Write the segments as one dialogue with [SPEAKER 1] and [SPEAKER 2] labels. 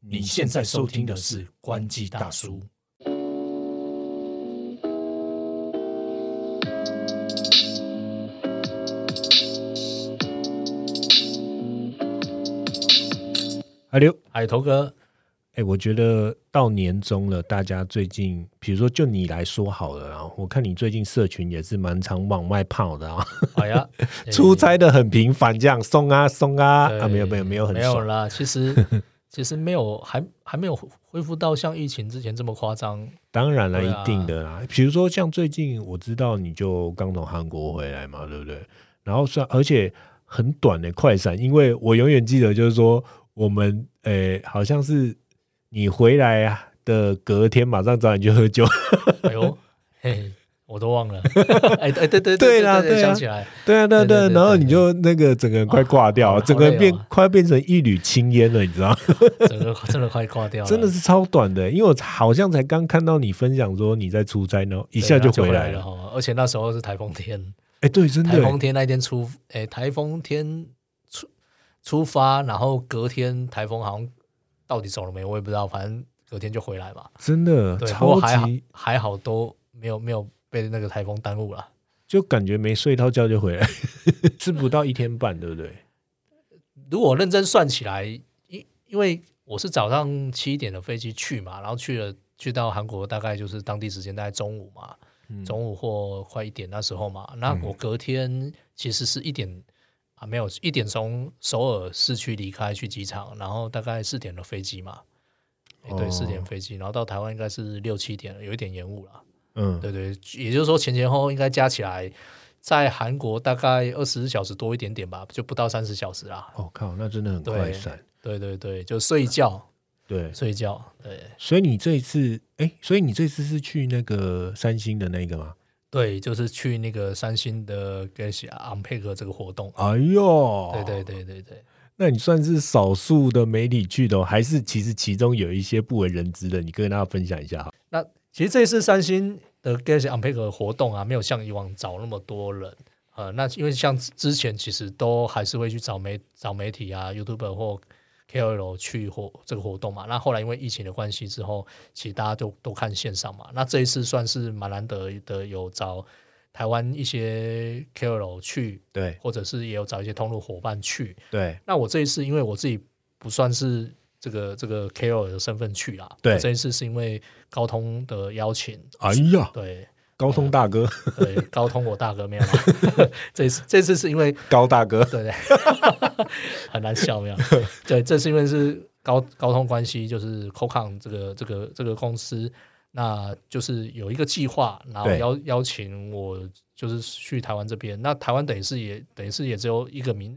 [SPEAKER 1] 你现在收听的是《关机大叔》。
[SPEAKER 2] 阿刘，
[SPEAKER 1] 海头哥，
[SPEAKER 2] 哎，我觉得到年终了，大家最近，比如说就你来说好了啊，我看你最近社群也是蛮常往外跑的啊，，
[SPEAKER 1] 哎呀
[SPEAKER 2] 出差的很频繁，这样送啊送啊
[SPEAKER 1] 对
[SPEAKER 2] 啊，没有没有没有很
[SPEAKER 1] 哎没有
[SPEAKER 2] 爽，
[SPEAKER 1] 啦。其实其实没有，还还没有恢复到像疫情之前这么夸 张。
[SPEAKER 2] 当然了，
[SPEAKER 1] 对啊
[SPEAKER 2] 一定的啦。比如说像最近我知道你就刚从韩国回来嘛，对不对？然后算而且很短的快闪，因为我永远记得就是说我们诶、好像是你回来啊的隔天马上找你去喝 酒，
[SPEAKER 1] 哎呦，嘿，我 都忘了。哎哎，对对
[SPEAKER 2] 对啦
[SPEAKER 1] 对
[SPEAKER 2] 对啊
[SPEAKER 1] 想起来，
[SPEAKER 2] 对啊，对啊，
[SPEAKER 1] 对
[SPEAKER 2] 对啊，
[SPEAKER 1] 对
[SPEAKER 2] 然后你
[SPEAKER 1] 对对
[SPEAKER 2] 就那个整个人快挂掉，
[SPEAKER 1] 好
[SPEAKER 2] 整个人
[SPEAKER 1] 累哦
[SPEAKER 2] 变、快变成一缕青烟了，你知道吗？
[SPEAKER 1] 整 个真的快挂掉了，
[SPEAKER 2] 真的是超短的，因为我好像才刚看到你分享说你在出差，然后一下
[SPEAKER 1] 对
[SPEAKER 2] 就
[SPEAKER 1] 啊就
[SPEAKER 2] 回来
[SPEAKER 1] 来
[SPEAKER 2] 了。
[SPEAKER 1] 哈。而且那时候是台风天，
[SPEAKER 2] 哎、对，真
[SPEAKER 1] 台风
[SPEAKER 2] 的，
[SPEAKER 1] 天那一天出，哎，台风天出出发，然后隔天台风好像到底走了没，我也不知道，反正隔天就回来嘛。
[SPEAKER 2] 真的
[SPEAKER 1] 对，不
[SPEAKER 2] 超
[SPEAKER 1] 过还好
[SPEAKER 2] 级，
[SPEAKER 1] 还好都没有没有被那个台风耽误了。
[SPEAKER 2] 就感觉没睡到觉就回来， 吃不到一天半，对不对？
[SPEAKER 1] 如果认真算起来，因因为我是早上七点的飞机去嘛，然后去了去到韩国大概就是当地时间大概中午嘛，
[SPEAKER 2] 嗯
[SPEAKER 1] 中午或快一点那时候嘛。那我隔天其实是一点啊，没有一点从首尔市区离开去机场，然后大概四点的飞机嘛。诶对，
[SPEAKER 2] 哦
[SPEAKER 1] 四点飞机，然后到台湾应该是六七点了，有一点延误了。
[SPEAKER 2] 嗯，
[SPEAKER 1] 对对，也就是说前前后后应该加起来，在韩国大概二十小时多一点点吧，就不到三十小时啦。
[SPEAKER 2] 我、哦靠，那真的很
[SPEAKER 1] 对
[SPEAKER 2] 快闪。
[SPEAKER 1] 对对对，就睡觉
[SPEAKER 2] 对，
[SPEAKER 1] 睡觉，对
[SPEAKER 2] 所以你这一次，哎、所以你这次是去那个三星的那个吗？
[SPEAKER 1] 对，就是去那个三星的 Galaxy Unpack 这个活动。
[SPEAKER 2] 哎呦，
[SPEAKER 1] 对对对对对，
[SPEAKER 2] 那你算是少数的媒体去的、哦，还是其实其中有一些不为人知的？你跟大家分享一下好。
[SPEAKER 1] 那其实这一次三星的 Galaxy Unpack 活动啊，没有像以往找那么多人。呃，那因为像之前其实都还是会去找媒找媒体啊、YouTuber 或 KOL 去活这个活动嘛。那后来因为疫情的关系之后，其实大家都都看线上嘛。那这一次算是蛮难得的，有找台湾一些 KOL 去，
[SPEAKER 2] 对
[SPEAKER 1] 或者是也有找一些通路伙伴去。
[SPEAKER 2] 对
[SPEAKER 1] 那我这一次因为我自己不算是这个这个 KOL 的身份去啦，
[SPEAKER 2] 对
[SPEAKER 1] 我这一次是因为高通的邀请，
[SPEAKER 2] 哎呀，
[SPEAKER 1] 对
[SPEAKER 2] 高通大哥，
[SPEAKER 1] 对，高通我大哥没有啦， 这一次这次是因为
[SPEAKER 2] 高大哥，
[SPEAKER 1] 对对， 很难笑没有，对，这是因为是高高通关系，就是 Qualcomm 这个这个这个公司。那就是有一个计划，然后
[SPEAKER 2] 对
[SPEAKER 1] 邀邀请我，就是去台湾这边。那台湾等于是也等于是也只有一个名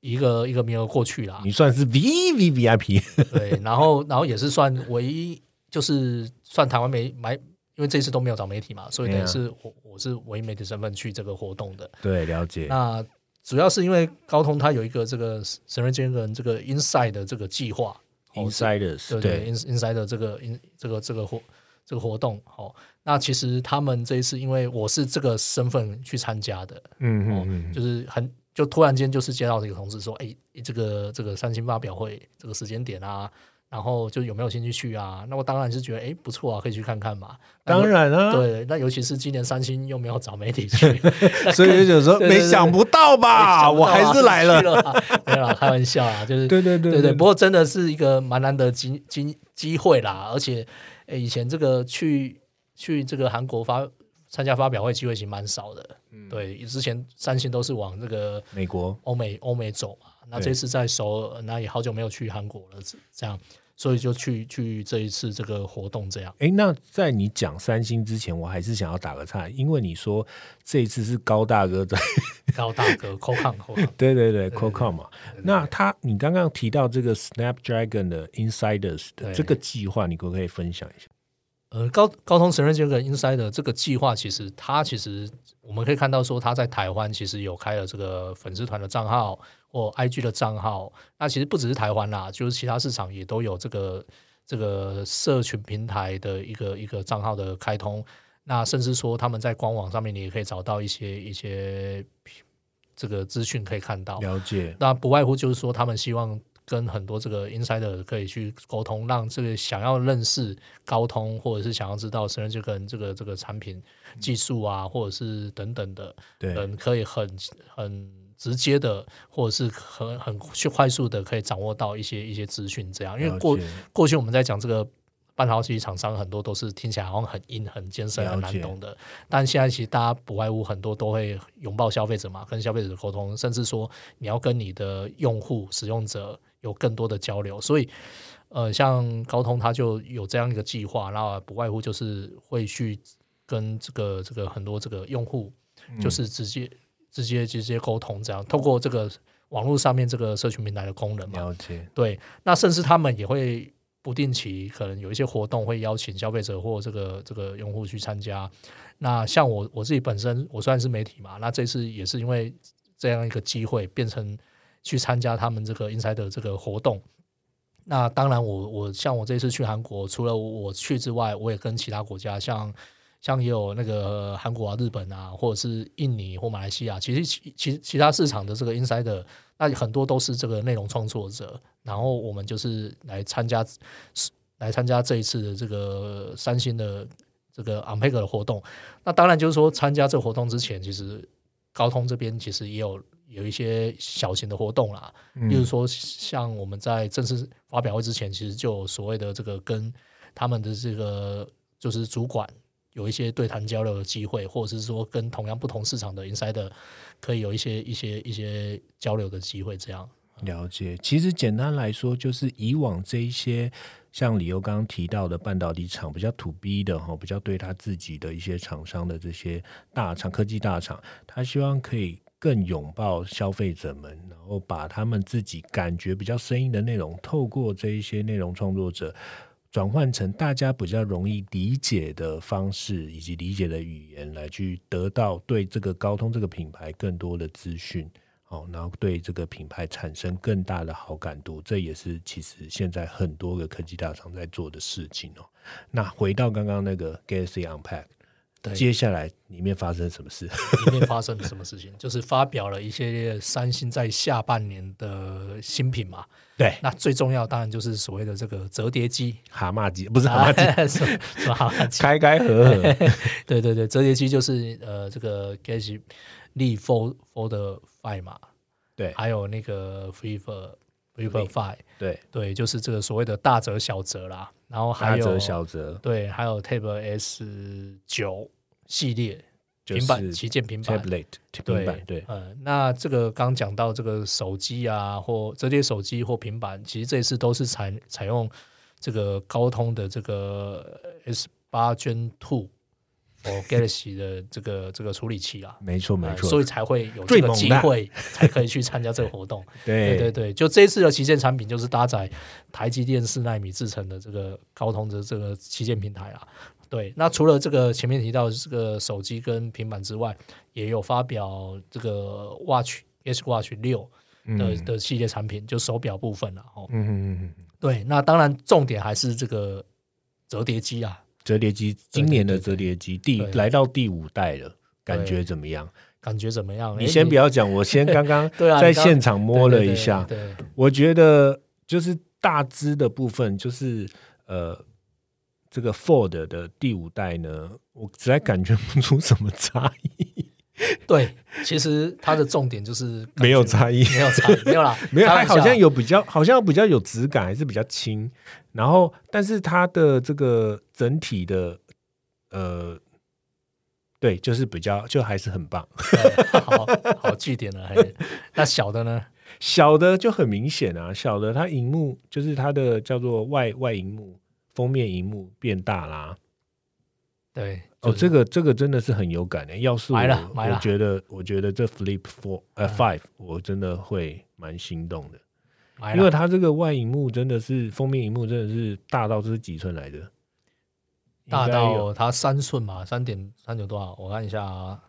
[SPEAKER 1] 一个一个名额过去啦。
[SPEAKER 2] 你算是 V V V I P。
[SPEAKER 1] 对，然后然后也是算唯一，就是算台湾媒买，因为这次都没有找媒体嘛，所以等
[SPEAKER 2] 对啊
[SPEAKER 1] 于是我、我是唯一媒体身份去这个活动的。
[SPEAKER 2] 对，了解。
[SPEAKER 1] 那主要是因为高通它有一个这个神人精人这个 Inside 的这个计划哦是
[SPEAKER 2] Insiders，
[SPEAKER 1] 对对 ins-，Inside 的这个 in 这个这个活这个活动哦，那其实他们这一次因为我是这个身份去参加的，
[SPEAKER 2] 嗯
[SPEAKER 1] 哦
[SPEAKER 2] 嗯，嗯，
[SPEAKER 1] 就是很就突然间就是接到这个通知说，哎、这个这个三星发表会这个时间点啊，然后就有没有兴趣去啊？那我当然是觉得，哎、不错啊，可以去看看嘛。那
[SPEAKER 2] 当然
[SPEAKER 1] 尤、
[SPEAKER 2] 啊，
[SPEAKER 1] 对，那尤其是今年三星又没有找媒 体去，
[SPEAKER 2] 所以就想说，
[SPEAKER 1] 对对
[SPEAKER 2] 没
[SPEAKER 1] 对
[SPEAKER 2] 想不到吧？
[SPEAKER 1] 想不
[SPEAKER 2] 我
[SPEAKER 1] 到啊
[SPEAKER 2] 还是来了
[SPEAKER 1] 去。啊， 没有啦，开玩笑啊，就是
[SPEAKER 2] 对对对
[SPEAKER 1] 对
[SPEAKER 2] 对
[SPEAKER 1] 对，不过真的是一个蛮难得机机机会啦，而且诶以前这个去去这个韩国发参加发表会机会其实蛮少的，
[SPEAKER 2] 嗯
[SPEAKER 1] 对，之前三星都是往这个
[SPEAKER 2] 美国，
[SPEAKER 1] 欧美欧美走嘛，那
[SPEAKER 2] 对
[SPEAKER 1] 这次在首尔，那也好久没有去韩国了，这样，所以就去去这一次这个活动这样。
[SPEAKER 2] 哎，那在你讲三星之前，我还是想要打个岔，因为你说这一次是高大哥在
[SPEAKER 1] 高大哥 c o c o n
[SPEAKER 2] 对对对 q u a l c o m 嘛。那他，你刚刚提到这个 Snapdragon 的 Insiders 的
[SPEAKER 1] 对
[SPEAKER 2] 这个计划，你可不可以分享一下？
[SPEAKER 1] 呃，高高通神人这个 Inside 这个计划，其实它其实我们可以看到说，它在台湾其实有开了这个粉丝团的账号或 IG 的账号。那其实不只是台湾啦，就是其他市场也都有这个这个社群平台的一个一个账号的开通。那甚至说他们在官网上面，你也可以找到一些一些这个资讯可以看到。
[SPEAKER 2] 了解，
[SPEAKER 1] 那不外乎就是说，他们希望跟很多这个 insider 可以去沟通，让这个想要认识高通或者是想要知道 s e n 跟这个这个产品技术啊，或者是等等的
[SPEAKER 2] 对
[SPEAKER 1] 人，可以很很直接的，或者是很很去快速的可以掌握到一些一些资讯。这样，因为
[SPEAKER 2] 了
[SPEAKER 1] 过
[SPEAKER 2] 解
[SPEAKER 1] 过去我们在讲这个半导体厂商，很多都是听起来好像很硬、很艰深、
[SPEAKER 2] 了
[SPEAKER 1] 很
[SPEAKER 2] 解
[SPEAKER 1] 难懂的。但现在其实大家不外乎很多都会拥抱消费者嘛，跟消费者沟通，甚至说你要跟你的用户、使用者有更多的交流。所以，呃，像高通它就有这样一个计划，那不外乎就是会去跟这个这个很多这个用户，
[SPEAKER 2] 嗯
[SPEAKER 1] 就是直接、直接直接沟通，这样透过这个网络上面这个社群平台的功能嘛，
[SPEAKER 2] 了解，
[SPEAKER 1] 对，那甚至他们也会不定期可能有一些活动会邀请消费者或这个这个用户去参加。那像我我自己本身，我虽然是媒体嘛，那这次也是因为这样一个机会，变成去参加他们这个 Inside 这个活动。那当然我，我像我这次去韩国，除了我去之外，我也跟其他国家，像像也有那个韩国啊、日本啊，或者是印尼或马来西亚，其实其其其他市场的这个 Inside，那很多都是这个内容创作者，然后我们就是来参加来参加这一次的这个三星的这个 a m p e g 的活动。那当然就是说，参加这个活动之前，其实高通这边其实也有有一些小型的活动啦，
[SPEAKER 2] 嗯
[SPEAKER 1] 例如说像我们在正式发表会之前，其实就有所谓的这个跟他们的这个就是主管有一些对谈交流的机会，或者是说跟同样不同市场的 insider 可以有一些一些一些交流的机会，这样。
[SPEAKER 2] 了解，其实简单来说，就是以往这一些像李优刚刚提到的半导体厂比较 to B 的哈，比较对他自己的一些厂商的这些大厂、科技大厂，他希望可以更拥抱消费者们，然后把他们自己感觉比较生硬的内容，透过这一些内容创作者。转换成大家比较容易理解的方式以及理解的语言，来去得到对这个高通这个品牌更多的资讯。哦，然后对这个品牌产生更大的好感度，这也是其实现在很多个科技大厂在做的事情哦。那回到刚刚那个 Galaxy Unpack，
[SPEAKER 1] 对
[SPEAKER 2] 接下来里面发生什么事？
[SPEAKER 1] 里面发生了什么事情？ 就是发表了一系列三星在下半年的新品嘛。
[SPEAKER 2] 对，
[SPEAKER 1] 那最重要当然就是所谓的这个折叠机，
[SPEAKER 2] 蛤
[SPEAKER 1] 啊
[SPEAKER 2] 蟆机不是蛤蟆机，
[SPEAKER 1] 什么什么蛤蟆机？
[SPEAKER 2] 开开合合，
[SPEAKER 1] 对对对，折叠机就是呃这个 Galaxy Lee Fold Fold Five 嘛，
[SPEAKER 2] 对
[SPEAKER 1] 还有那个 Flip Flip Five，
[SPEAKER 2] 对，
[SPEAKER 1] 对，就是这个所谓的大折小折啦，然后
[SPEAKER 2] 大
[SPEAKER 1] 还有
[SPEAKER 2] 折小折，
[SPEAKER 1] 对，还有 Tab S 九系列
[SPEAKER 2] 就
[SPEAKER 1] 平板
[SPEAKER 2] 是
[SPEAKER 1] 旗舰平板。
[SPEAKER 2] tablet 平
[SPEAKER 1] 对
[SPEAKER 2] 板，对，
[SPEAKER 1] 呃，那这个刚讲到这个手机啊，或折叠手机或平板，其实这一次都是采采用这个高通的这个 S 八 Gen Two or Galaxy 的这个这个处理器啊，
[SPEAKER 2] 没错没
[SPEAKER 1] 呃
[SPEAKER 2] 错
[SPEAKER 1] 所，以才会有
[SPEAKER 2] 最
[SPEAKER 1] 这个
[SPEAKER 2] 猛
[SPEAKER 1] 机
[SPEAKER 2] 的
[SPEAKER 1] 会，才可以去参加这个活动。对对
[SPEAKER 2] 对
[SPEAKER 1] 对，就这一次的旗舰产品就是搭载台积电四纳米制成的这个高通的这个旗舰平台啦。对，那除了这个前面提到的这个手机跟平板之外，也有发表这个 Watch H Watch 六的
[SPEAKER 2] 嗯
[SPEAKER 1] 的系列产品，就手表部分了哦。
[SPEAKER 2] 嗯嗯嗯，嗯
[SPEAKER 1] 对，那当然重点还是这个折叠机啊，
[SPEAKER 2] 折叠机，今
[SPEAKER 1] 对
[SPEAKER 2] 年的
[SPEAKER 1] 对
[SPEAKER 2] 折叠机第
[SPEAKER 1] 对
[SPEAKER 2] 来到第五代了，感
[SPEAKER 1] 对
[SPEAKER 2] 觉怎么样？
[SPEAKER 1] 感觉怎么样？
[SPEAKER 2] 你
[SPEAKER 1] 诶
[SPEAKER 2] 先不要讲，我先刚刚
[SPEAKER 1] 哎 对啊
[SPEAKER 2] 在
[SPEAKER 1] 你刚
[SPEAKER 2] 现场
[SPEAKER 1] 对
[SPEAKER 2] 摸
[SPEAKER 1] 对
[SPEAKER 2] 了一
[SPEAKER 1] 对
[SPEAKER 2] 下，
[SPEAKER 1] 对
[SPEAKER 2] 我觉得就是大支的部分，就是呃，这个 Ford 的第五代呢，我实在感觉不出什么差异，
[SPEAKER 1] 对，其实它的重点就是感
[SPEAKER 2] 没有
[SPEAKER 1] 觉
[SPEAKER 2] 差异
[SPEAKER 1] 没有差异，没有啦
[SPEAKER 2] ，没有，
[SPEAKER 1] 开
[SPEAKER 2] 它
[SPEAKER 1] 玩
[SPEAKER 2] 好
[SPEAKER 1] 笑
[SPEAKER 2] 像有比较，好像比较有质感，还是比较轻。然后，但是它的这个整体的呃，对，就是比较，就还是很棒。
[SPEAKER 1] 对好好据点了。嘿那小的呢？
[SPEAKER 2] 小的就很明显啊，小的它荧幕就是它的叫做外外荧幕封面荧幕变大啦。
[SPEAKER 1] 对，
[SPEAKER 2] 哦，
[SPEAKER 1] 就是
[SPEAKER 2] 这个这个真的是很有感的、欸要是我
[SPEAKER 1] 买了买了
[SPEAKER 2] 我觉得我觉得这 Flip Four 呃
[SPEAKER 1] 嗯
[SPEAKER 2] Five 我真的会蛮心动的，
[SPEAKER 1] 买
[SPEAKER 2] 因为
[SPEAKER 1] 了
[SPEAKER 2] 它这个外荧幕真的是封面荧幕真的是大到这是几寸来的？
[SPEAKER 1] 大
[SPEAKER 2] 应该有
[SPEAKER 1] 到它三寸嘛，三点三九多少？我看一下啊，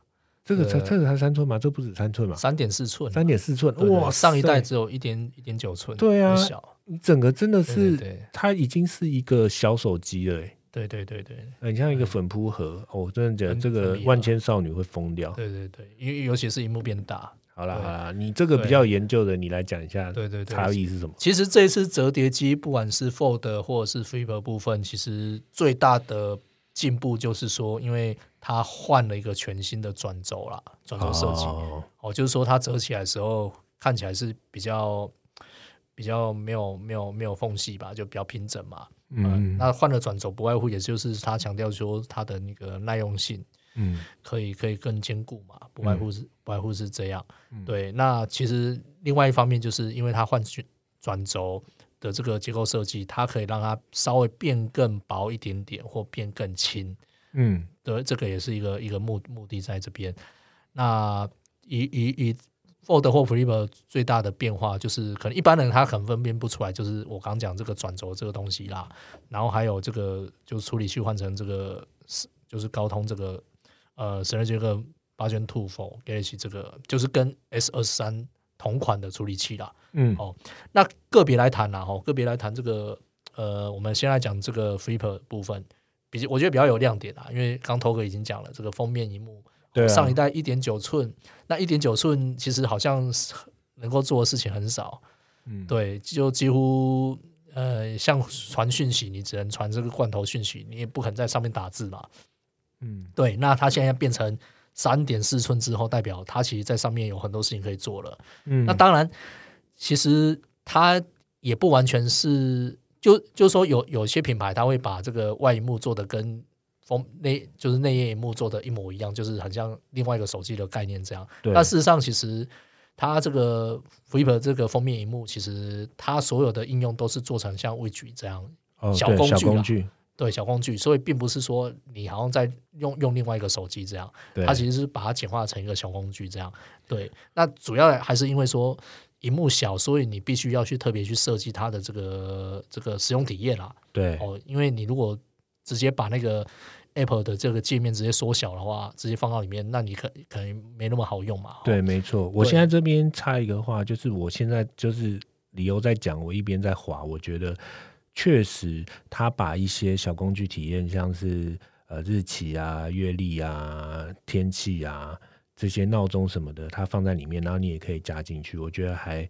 [SPEAKER 2] 这个才
[SPEAKER 1] 呃
[SPEAKER 2] 这个才三寸吗？这不止三寸吗？
[SPEAKER 1] 三点四寸啊，
[SPEAKER 2] 三点四寸，
[SPEAKER 1] 对对
[SPEAKER 2] 哇塞！
[SPEAKER 1] 上一代只有一点一点九寸，
[SPEAKER 2] 对啊
[SPEAKER 1] 很小，
[SPEAKER 2] 你整个真的
[SPEAKER 1] 对
[SPEAKER 2] 是
[SPEAKER 1] 对对
[SPEAKER 2] 它已经是一个小手机了、欸。
[SPEAKER 1] 对对对对
[SPEAKER 2] 很像一个粉扑盒，哦我真的觉得
[SPEAKER 1] 很
[SPEAKER 2] 这个
[SPEAKER 1] 很厉害
[SPEAKER 2] 万千少女会疯掉。
[SPEAKER 1] 对对对，因为尤其是荧幕变大，
[SPEAKER 2] 好啦
[SPEAKER 1] 对
[SPEAKER 2] 好啦，你这个比较研究的，你来讲一下
[SPEAKER 1] 对对对，
[SPEAKER 2] 差异是什么？
[SPEAKER 1] 其实这一次折叠机，不管是 Fold 或者是 Flip 部分，其实最大的进步就是说，因为它换了一个全新的转轴啦，转轴设计哦
[SPEAKER 2] 哦
[SPEAKER 1] 就是说它折起来的时候看起来是比较比较没有没有没有缝隙吧，就比较平整嘛。
[SPEAKER 2] 嗯
[SPEAKER 1] 那换了转轴，不外乎也就是它强调说它的那个耐用性。
[SPEAKER 2] 嗯
[SPEAKER 1] 可以可以更坚固嘛，不外乎是、不外乎是这样。
[SPEAKER 2] 嗯
[SPEAKER 1] 对，那其实另外一方面就是因为它换取转轴的这个结构设计，它可以让它稍微变更薄一点点，或变更轻。
[SPEAKER 2] 嗯
[SPEAKER 1] 对，这个也是一个一个目目的在这边。那以以以 Fold 或 Flip 最大的变化就是，可能一般人他很分辨不出来，就是我刚讲这个转轴这个东西啦，然后还有这个就处理器换成这个就是高通这个呃 s e r g e 这个八千 Two for Galaxy 这个就是跟 S 二三同款的处理器啦。
[SPEAKER 2] 嗯
[SPEAKER 1] 哦那个别来谈啦，哈，个别来谈这个，呃，我们先来讲这个 Flipper 部分，比我觉得比较有亮点啦，因为刚头哥已经讲了这个封面荧幕，
[SPEAKER 2] 对啊
[SPEAKER 1] 上一代一点九寸，那一点九寸其实好像是能够做的事情很少，
[SPEAKER 2] 嗯
[SPEAKER 1] 对，就几乎呃，像传讯息，你只能传这个罐头讯息，你也不肯在上面打字嘛，
[SPEAKER 2] 嗯
[SPEAKER 1] 对，那它现在变成三点四寸之后，代表它其实在上面有很多事情可以做了。
[SPEAKER 2] 嗯
[SPEAKER 1] 那当然，其实它也不完全是，就就是说有有些品牌它会把这个外荧幕做的跟封内就是内页荧幕做的一模一样，就是很像另外一个手机的概念这样。
[SPEAKER 2] 对
[SPEAKER 1] 但事实上，其实它这个 Flip 这个封面荧幕，其实它所有的应用都是做成像 w i d g 这样
[SPEAKER 2] 哦
[SPEAKER 1] 小
[SPEAKER 2] 对
[SPEAKER 1] 工具啊
[SPEAKER 2] 小工
[SPEAKER 1] 啦
[SPEAKER 2] 具，
[SPEAKER 1] 对小工具，所以并不是说你好像在用用另外一个手机这样。
[SPEAKER 2] 对
[SPEAKER 1] 它其实是把它简化成一个小工具这样。对，那主要还是因为说荧幕小，所以你必须要去特别去设计它的这个这个使用体验啦。
[SPEAKER 2] 对
[SPEAKER 1] 哦，因为你如果直接把那个 Apple 的这个界面直接缩小的话，直接放到里面，那你可可能没那么好用嘛。哦
[SPEAKER 2] 对，没错。我
[SPEAKER 1] 对
[SPEAKER 2] 现在这边插一个话，就是我现在就是理由在讲，我一边在滑，我觉得确实他把一些小工具体验，像是呃日期啊、月历啊、天气啊这些闹钟什么的，它放在里面，然后你也可以加进去，我觉得还。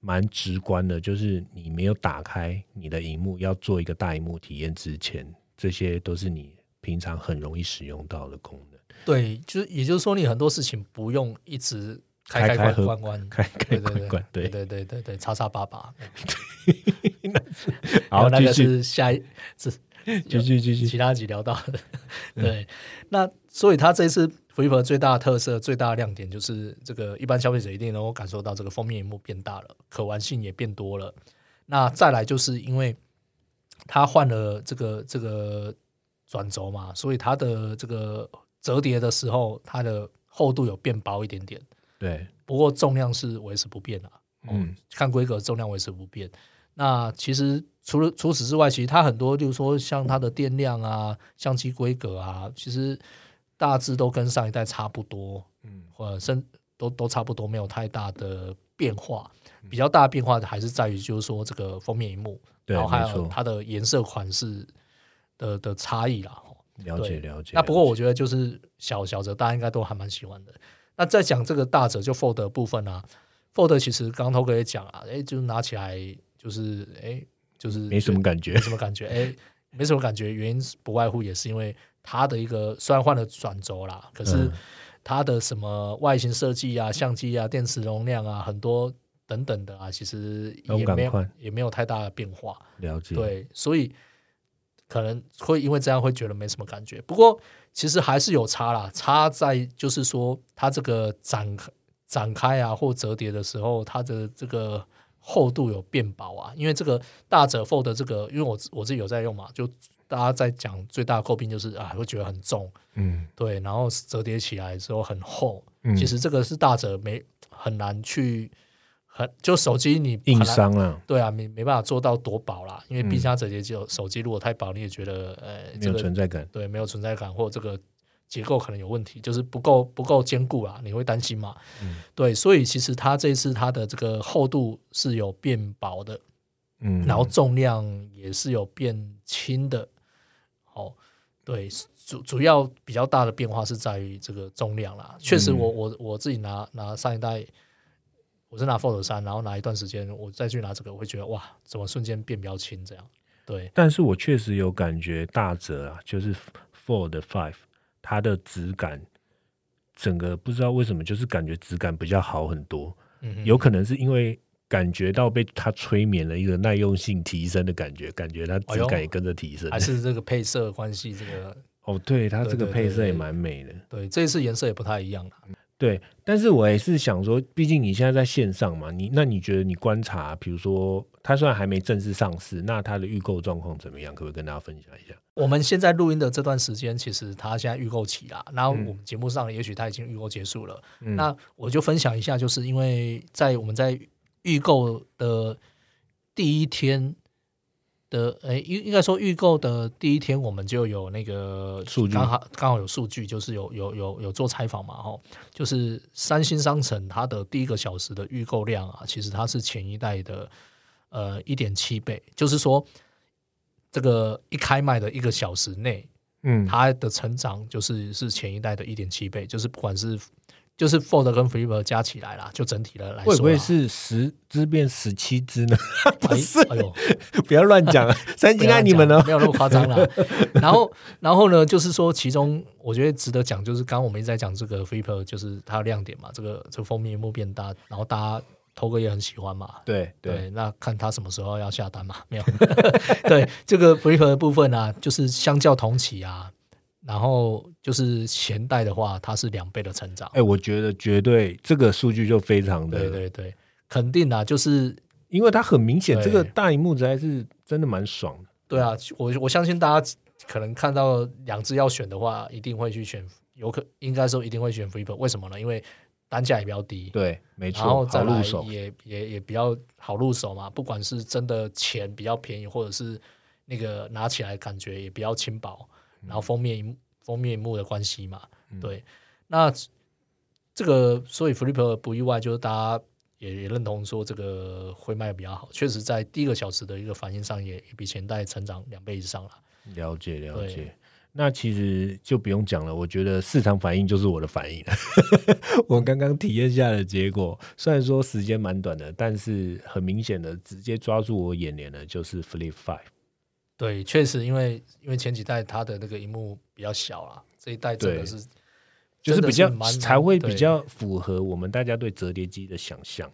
[SPEAKER 2] 蛮直观的，就是你没有打开你的荧幕，要做一个大荧幕体验之前，这些都是你平常很容易使用到的功能。
[SPEAKER 1] 对，就是也就是说，你很多事情不用一直开
[SPEAKER 2] 开
[SPEAKER 1] 开
[SPEAKER 2] 开
[SPEAKER 1] 关
[SPEAKER 2] 合
[SPEAKER 1] 关关。
[SPEAKER 2] 开开
[SPEAKER 1] 对对
[SPEAKER 2] 关
[SPEAKER 1] 对
[SPEAKER 2] 关，
[SPEAKER 1] 对对对对对，叉叉八八，然
[SPEAKER 2] 好，
[SPEAKER 1] 后那
[SPEAKER 2] 继
[SPEAKER 1] 个
[SPEAKER 2] 续，
[SPEAKER 1] 是下一是
[SPEAKER 2] 继续，继续。
[SPEAKER 1] 其他集聊到的。对，那所以它这次 Flip 最大的特色、最大的亮点就是这个，一般消费者一定能够感受到这个封面荧幕变大了，可玩性也变多了。那再来就是因为它换了这个这个转轴嘛，所以它的这个折叠的时候，它的厚度有变薄一点点，
[SPEAKER 2] 对，
[SPEAKER 1] 不过重量是维持不变啊。
[SPEAKER 2] 嗯
[SPEAKER 1] 看规格重量维持不变。那其实除了除此之外，其实它很多，就是说像它的电量啊、相机规格啊，其实大致都跟上一代差不多，
[SPEAKER 2] 嗯
[SPEAKER 1] 或者甚都都差不多，没有太大的变化。
[SPEAKER 2] 嗯
[SPEAKER 1] 比较大的变化的还是在于，就是说这个封面荧幕，
[SPEAKER 2] 对
[SPEAKER 1] 然后还
[SPEAKER 2] 没
[SPEAKER 1] 有
[SPEAKER 2] 错
[SPEAKER 1] 它的颜色款式的的差异啦。吼
[SPEAKER 2] 了解
[SPEAKER 1] 对
[SPEAKER 2] 了解。
[SPEAKER 1] 那不过
[SPEAKER 2] 了
[SPEAKER 1] 我觉得就是小小折，大家应该都还蛮喜欢的。那再讲这个大折就 Fold 的部分啊，Fold 其实刚刚头哥也讲啊，哎，就是拿起来就是哎，就是
[SPEAKER 2] 嗯解没什么感觉
[SPEAKER 1] 没，什么感觉，哎，没什么感觉，原因是不外乎也是因为它的一个虽然换了转轴啦，可是
[SPEAKER 2] 嗯
[SPEAKER 1] 它的什么外形设计啊、相机啊、电池容量啊，很多等等的啊，其实
[SPEAKER 2] 都
[SPEAKER 1] 也
[SPEAKER 2] 赶
[SPEAKER 1] 没有
[SPEAKER 2] 快
[SPEAKER 1] 也没有太大的变化。
[SPEAKER 2] 了解。
[SPEAKER 1] 对，所以可能会因为这样会觉得没什么感觉。不过其实还是有差啦，差在就是说它这个展开展开啊或折叠的时候，它的这个厚度有变薄啊。因为这个大折 fold 的这个，因为我自我自己有在用嘛，就大家在讲最大的诟病就是啊，会觉得很重，
[SPEAKER 2] 嗯
[SPEAKER 1] 对，然后折叠起来之后很厚。
[SPEAKER 2] 嗯，
[SPEAKER 1] 其实这个是大折没很难去。很就手机你很
[SPEAKER 2] 硬
[SPEAKER 1] 难
[SPEAKER 2] 伤了，
[SPEAKER 1] 对啊，没没办法做到多薄啦，因为
[SPEAKER 2] 嗯
[SPEAKER 1] 毕竟它折叠机有手机，如果太薄，你也觉得呃，
[SPEAKER 2] 没
[SPEAKER 1] 这
[SPEAKER 2] 有
[SPEAKER 1] 个
[SPEAKER 2] 存在感。
[SPEAKER 1] 对没有存在感，或这个结构可能有问题，就是不够不够坚固啦，你会担心嘛？
[SPEAKER 2] 嗯
[SPEAKER 1] 对，所以其实它这次它的这个厚度是有变薄的，
[SPEAKER 2] 嗯，
[SPEAKER 1] 然后重量也是有变轻的。哦，对，主主
[SPEAKER 2] 嗯
[SPEAKER 1] 要比较大的变化是在于这个重量啦。确实我，我我自己拿拿上一代我是拿 Fold 三，然后拿一段时间，我再去拿这个，我会觉得哇，怎么瞬间变比较轻这样？对，
[SPEAKER 2] 但是我确实有感觉大折啊，就是 Fold Five，它的质感整个不知道为什么，就是感觉质感比较好很多。
[SPEAKER 1] 嗯哼，
[SPEAKER 2] 有可能是因为感觉到被它催眠了一个耐用性提升的感觉，感觉它质
[SPEAKER 1] 哎
[SPEAKER 2] 感
[SPEAKER 1] 呦
[SPEAKER 2] 也跟着提升。
[SPEAKER 1] 还是这个配色关系，这个
[SPEAKER 2] 哦，对，它
[SPEAKER 1] 对
[SPEAKER 2] 这个
[SPEAKER 1] 对
[SPEAKER 2] 配色
[SPEAKER 1] 对
[SPEAKER 2] 也
[SPEAKER 1] 对
[SPEAKER 2] 蛮美的。
[SPEAKER 1] 对，这一次颜色也不太一样啦。
[SPEAKER 2] 对，但是我也是想说，毕竟你现在在线上嘛，你那你觉得你观察，比如说它虽然还没正式上市，那它的预购状况怎么样？可不可以跟大家分享一下？
[SPEAKER 1] 我们现在录音的这段时间，其实它现在预购期啦，然后我
[SPEAKER 2] 嗯
[SPEAKER 1] 们节目上也许它已经预购结束了。
[SPEAKER 2] 嗯
[SPEAKER 1] 那我就分享一下，就是因为在我们在预购的第一天的，诶，应应该说预购的第一天，我们就有那个
[SPEAKER 2] 数据
[SPEAKER 1] 呃刚好刚好有数据，就是有有有有做采访嘛，吼，就是三星商城它的第一个小时的预购量啊，其实它是前一代的呃一点七倍，就是说这个一开卖的一个小时内，
[SPEAKER 2] 嗯
[SPEAKER 1] 它的成长就是是前一代的一点七倍，就是不管是就是 Fold 跟 Flipper 加起来啦，就整体的来说
[SPEAKER 2] 会
[SPEAKER 1] 啦，
[SPEAKER 2] 不会是十只变十七只呢？
[SPEAKER 1] 哎
[SPEAKER 2] 不是，
[SPEAKER 1] 哎呦，
[SPEAKER 2] 不要乱 讲，三
[SPEAKER 1] 不
[SPEAKER 2] 星
[SPEAKER 1] 要
[SPEAKER 2] 爱
[SPEAKER 1] 乱
[SPEAKER 2] 你们
[SPEAKER 1] 讲
[SPEAKER 2] 哦。
[SPEAKER 1] 没有那么夸张啦。 然后，然后呢，就是说，其中我觉得值得讲，就是刚刚我们一直在讲这个 Flipper，就是它的亮点嘛，这个这个封面幕变大，然后大家头哥也很喜欢嘛，
[SPEAKER 2] 对对，
[SPEAKER 1] 对，那看他什么时候要下单嘛， 没有。对，这个 f r e e 的部分啊，就是相较同期啊，然后就是前代的话，它是两倍的成长
[SPEAKER 2] 哎、。我觉得绝对这个数据就非常的，
[SPEAKER 1] 对对对，肯定啊，就是
[SPEAKER 2] 因为它很明显，
[SPEAKER 1] 对
[SPEAKER 2] 这个大荧幕实在是真的蛮爽的。
[SPEAKER 1] 对啊，我我相信大家可能看到两只要选的话，一定会去选，有可应该说一定会选 f r e e 为什么呢？因为单价也比较低，
[SPEAKER 2] 对，没
[SPEAKER 1] 然后
[SPEAKER 2] 错，
[SPEAKER 1] 再
[SPEAKER 2] 好
[SPEAKER 1] 来
[SPEAKER 2] 入手。
[SPEAKER 1] 也也也比较好入手嘛，不管是真的钱比较便宜，或者是那个拿起来感觉也比较轻薄，然
[SPEAKER 2] 嗯
[SPEAKER 1] 后封面一幕封面一幕的关系嘛，对，那这个所以 Flipper 不意外，就是大家也也认同说这个会卖得比较好，确实在第一个小时的一个反应上也也比前代成长两倍以上了，
[SPEAKER 2] 了解了
[SPEAKER 1] 对
[SPEAKER 2] 解。那其实就不用讲了，我觉得市场反应就是我的反应。 我刚刚体验下的结果，虽然说时间蛮短的，但是很明显的直接抓住我眼帘的就是 Flip Five。
[SPEAKER 1] 对，确实因为因为前几代它的那个荧幕比较小啦，这一代真的
[SPEAKER 2] 对
[SPEAKER 1] 是。
[SPEAKER 2] 就是比较
[SPEAKER 1] 真的蛮
[SPEAKER 2] 才会
[SPEAKER 1] 对
[SPEAKER 2] 比较符合我们大家对折叠机的想象。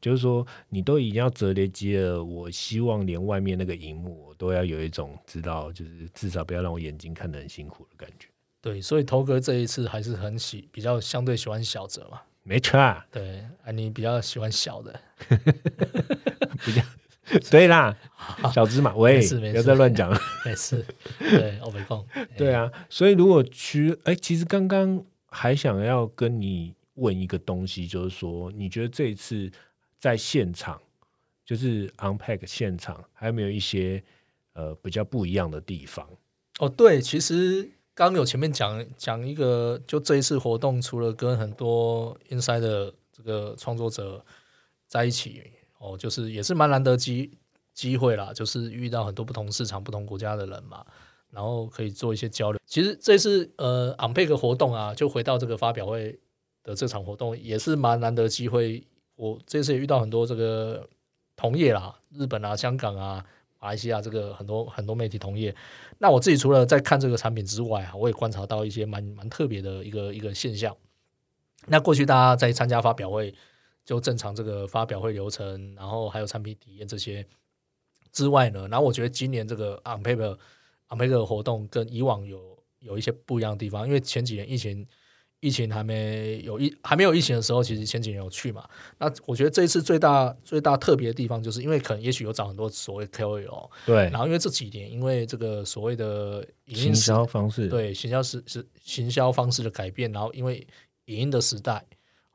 [SPEAKER 2] 就是说，你都已经要折叠机了，我希望连外面那个荧幕我都要有一种知道，就是至少不要让我眼睛看得很辛苦的感觉。
[SPEAKER 1] 对，所以头哥这一次还是很喜，比较相对喜欢小泽嘛。
[SPEAKER 2] 没错啊，
[SPEAKER 1] 对，啊，你比较喜欢小的，
[SPEAKER 2] 对啦，小芝麻，喂，
[SPEAKER 1] 没事
[SPEAKER 2] 不
[SPEAKER 1] 没事
[SPEAKER 2] 要再乱讲了。
[SPEAKER 1] 没事。对，我没空。
[SPEAKER 2] 对
[SPEAKER 1] 啊，
[SPEAKER 2] 啊，所以如果去，哎，其实刚刚还想要跟你问一个东西，就是说，你觉得这一次在现场，就是 unpack 现场，还有没有一些呃比较不一样的地方？
[SPEAKER 1] 哦，对，其实刚有前面讲讲一个，就这一次活动，除了跟很多 inside 的这个创作者在一起，哦，就是也是蛮难得机机会啦，就是遇到很多不同市场、不同国家的人嘛。然后可以做一些交流。其实这次呃 u n p a 活动啊，就回到这个发表会的这场活动，也是蛮难得的机会。我这次也遇到很多这个同业啦，日本啊、香港啊、马来西亚这个很多很多媒体同业。那我自己除了在看这个产品之外啊，我也观察到一些蛮蛮特别的一个一个现象。那过去大家在参加发表会，就正常这个发表会流程，然后还有产品体验这些之外呢，然后我觉得今年这个 on paper on paper 活动跟以往有有一些不一样的地方，因为前几年疫情疫情还没有疫还没有疫情的时候，其实前几年有去嘛。那我觉得这一次最大最大特别的地方，就是因为可能也许有找很多所谓 KOL，
[SPEAKER 2] 对
[SPEAKER 1] 然后因为这几年因为这个所谓的影
[SPEAKER 2] 行
[SPEAKER 1] 音时
[SPEAKER 2] 销方式，，
[SPEAKER 1] 对行销时时行销方式的改变，然后因为影音的时代，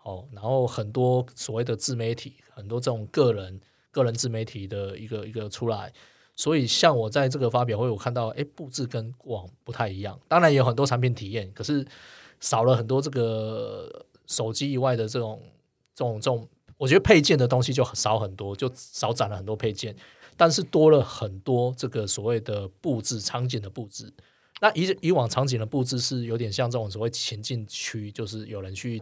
[SPEAKER 1] 哦，然后很多所谓的自媒体，很多这种个人个人自媒体的一个一个出来，所以像我在这个发表会，我看到哎布置跟过往不太一样，当然也有很多产品体验，可是少了很多这个手机以外的这种这种这种，我觉得配件的东西就少很多，就少展了很多配件。但是多了很多这个所谓的布置场景的布置，那以以往场景的布置是有点像这种所谓情境区，就是有人去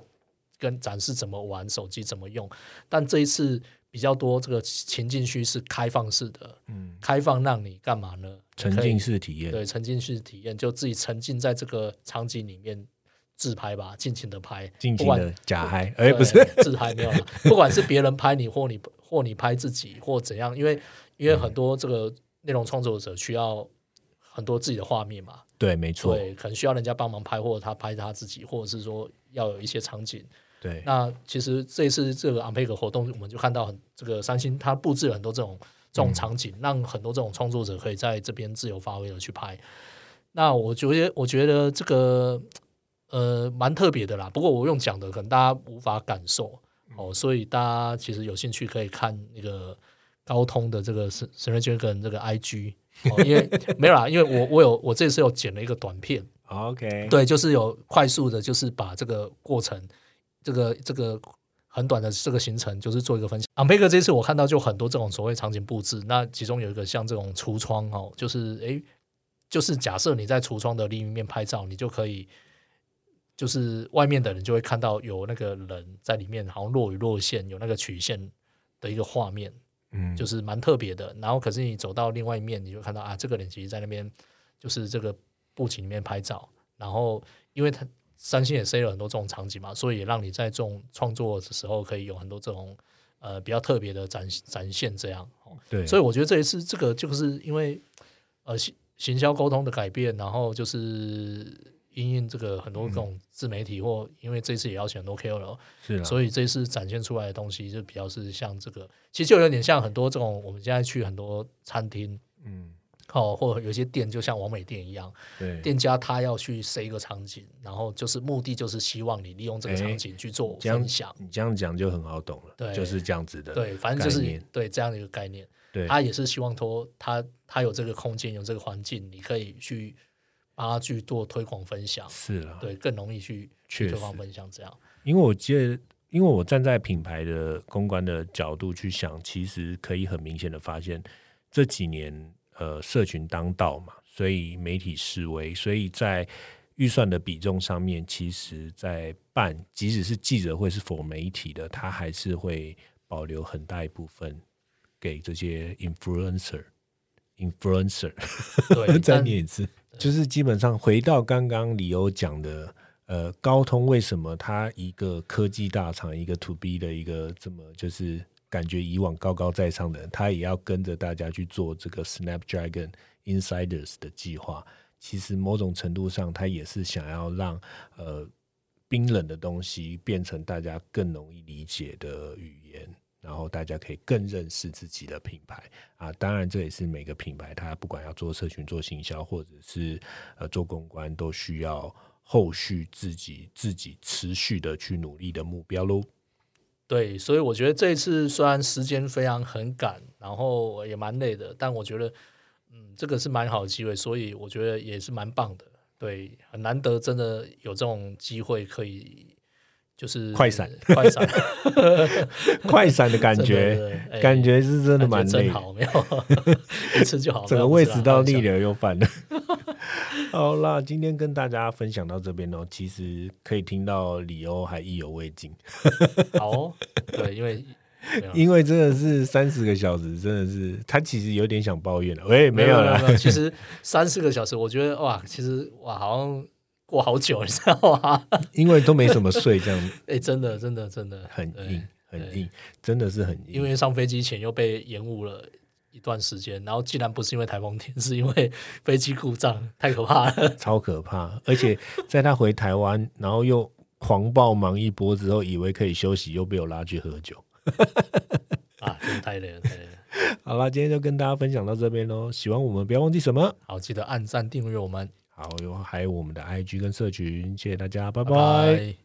[SPEAKER 1] 跟展示怎么玩手机怎么用。但这一次比较多这个情境区是开放式的，
[SPEAKER 3] 嗯，
[SPEAKER 1] 开放让你干嘛呢？
[SPEAKER 2] 沉浸式体验，
[SPEAKER 1] 对沉浸式体验，就自己沉浸在这个场景里面自拍吧，尽情的拍，
[SPEAKER 2] 尽情
[SPEAKER 1] 不管
[SPEAKER 2] 的假嗨，哎，不是，
[SPEAKER 1] 对 自拍没有了，不管是别人拍你或你或你拍自己或怎样，因为
[SPEAKER 2] 嗯
[SPEAKER 1] 因为很多这个内容创作者需要很多自己的画面嘛，
[SPEAKER 2] 对，没错，
[SPEAKER 1] 对，可能需要人家帮忙拍，或者他拍他自己，或者是说要有一些场景。
[SPEAKER 2] 对，
[SPEAKER 1] 那其实这一次这个 Unpack 活动，我们就看到很这个三星它布置了很多这种这种场景，让很多这种创作者可以在这边自由发挥的去拍。那我觉得，我觉得这个呃蛮特别的啦。不过我用讲的，可能大家无法感受哦，所以大家其实有兴趣可以看那个高通的这个神神瑞娟跟这个 IG。哦，因为没有啦，因为我我有我这次有剪了一个短片，
[SPEAKER 3] OK，
[SPEAKER 1] 对，就是有快速的，就是把这个过程，这个这个很短的这个行程，就是做一个分享。昂佩克这次我看到就很多这种所谓场景布置，那其中有一个像这种橱窗哦，就是诶，就是假设你在橱窗的另一面拍照，你就可以。就是外面的人就会看到有那个人在里面，好像若隐若现，有那个曲线的一个画面，
[SPEAKER 2] 嗯，
[SPEAKER 1] 就是蛮特别的。然后可是你走到另外一面，你就看到啊，这个人其实在那边就是这个布景里面拍照。然后因为他三星也塞了很多这种场景嘛，所以也让你在这种创作的时候可以有很多这种呃比较特别的展展现这样。哦
[SPEAKER 2] 对，
[SPEAKER 1] 所以
[SPEAKER 2] 以
[SPEAKER 1] 我觉得这一次这个就是因为呃行行销沟通的改变，然后就是因应这个很多这种自媒体、或因为这次也邀请很多 KOL，
[SPEAKER 2] 是啦，
[SPEAKER 1] 所以这次展现出来的东西就比较是像这个，其实就有点像很多这种我们现在去很多餐厅
[SPEAKER 2] 嗯，
[SPEAKER 1] 哦，或者有些店就像王美店一样，
[SPEAKER 2] 对，
[SPEAKER 1] 店家他要去塞一个场景，然后就是目的就是希望你利用这个场景去做
[SPEAKER 2] 这样
[SPEAKER 1] 分享，
[SPEAKER 2] 你这样讲就很好懂了，
[SPEAKER 1] 对
[SPEAKER 2] 就是这样子的，
[SPEAKER 1] 对，反正
[SPEAKER 2] 概
[SPEAKER 1] 就是
[SPEAKER 2] 念
[SPEAKER 1] 对这样的一个概念，
[SPEAKER 2] 对，
[SPEAKER 1] 他也是希望说他他有这个空间，有这个环境，你可以去帮他去做推广分享，
[SPEAKER 2] 是啦，
[SPEAKER 1] 对，更容易去
[SPEAKER 2] 确
[SPEAKER 1] 去
[SPEAKER 2] 实
[SPEAKER 1] 推广分享 这样，
[SPEAKER 2] 因为我记得，因为我站在品牌的公关的角度去想，其实可以很明显的发现，这几年呃，社群当道嘛，所以媒体示威，所以在预算的比重上面，其实在办，即使是记者会是否媒体的，它还是会保留很大一部分给这些 influencer。influencer，
[SPEAKER 1] 对，
[SPEAKER 2] 再
[SPEAKER 1] 但
[SPEAKER 2] 念一次，就是基本上回到刚刚李欧讲的，呃，高通为什么它一个科技大厂，一个 to B 的一个这么就是感觉以往高高在上的人，他也要跟着大家去做这个 Snapdragon Insiders 的计划。其实某种程度上，他也是想要让呃冰冷的东西变成大家更容易理解的语言，然后大家可以更认识自己的品牌。啊，当然这也是每个品牌它不管要做社群、做行销，或者是呃做公关，都需要后续自己自己持续的去努力的目标喽。
[SPEAKER 1] 对，所以我觉得这一次虽然时间非常很赶，然后也蛮累的，但我觉得，嗯，这个是蛮好的机会，所以我觉得也是蛮棒的。对，很难得，真的有这种机会可以，就是
[SPEAKER 2] 快闪
[SPEAKER 1] 快闪
[SPEAKER 2] 快闪的 感觉，
[SPEAKER 1] 觉
[SPEAKER 2] 感觉是真的蛮累
[SPEAKER 1] 哎真
[SPEAKER 2] 的，
[SPEAKER 1] 好，没有一次就好，
[SPEAKER 2] 整个
[SPEAKER 1] 没
[SPEAKER 2] 胃
[SPEAKER 1] 有
[SPEAKER 2] 食道逆。
[SPEAKER 1] 不是啦
[SPEAKER 2] 流又犯了。 好啦，今天跟大家分享到这边哦，其实可以听到李欧还意犹未尽，
[SPEAKER 1] 开玩笑好哦，对，因为没有
[SPEAKER 2] 因为真的是三十个小时，真的是他其实有点想抱怨了，喂，没有
[SPEAKER 1] 有
[SPEAKER 2] 啦，
[SPEAKER 1] 没有，其实三四个小时，我觉得哇，其实哇，好像过好久，你知道吗？
[SPEAKER 2] 因为都没怎么睡，这样
[SPEAKER 1] 哎，真的，真的，真的
[SPEAKER 2] 很
[SPEAKER 1] 对
[SPEAKER 2] 硬，很硬，真的是很硬。
[SPEAKER 1] 因为上飞机前又被延误了一段时间，然后既然不是因为台风天， 是因为飞机故障，太可怕了。
[SPEAKER 2] 超可怕，而且在他回台湾，然后又狂暴忙一波之后，以为可以休息，又被我拉去喝酒。
[SPEAKER 1] 啊，真的太累了，太累了。
[SPEAKER 2] 好啦，今天就跟大家分享到这边喽。喜欢我们，不要忘记什么。
[SPEAKER 1] 好，记得按赞订阅我们，
[SPEAKER 2] 好，有还有我们的 IG 跟社群，谢谢大家，拜
[SPEAKER 1] 拜
[SPEAKER 2] 拜
[SPEAKER 1] 拜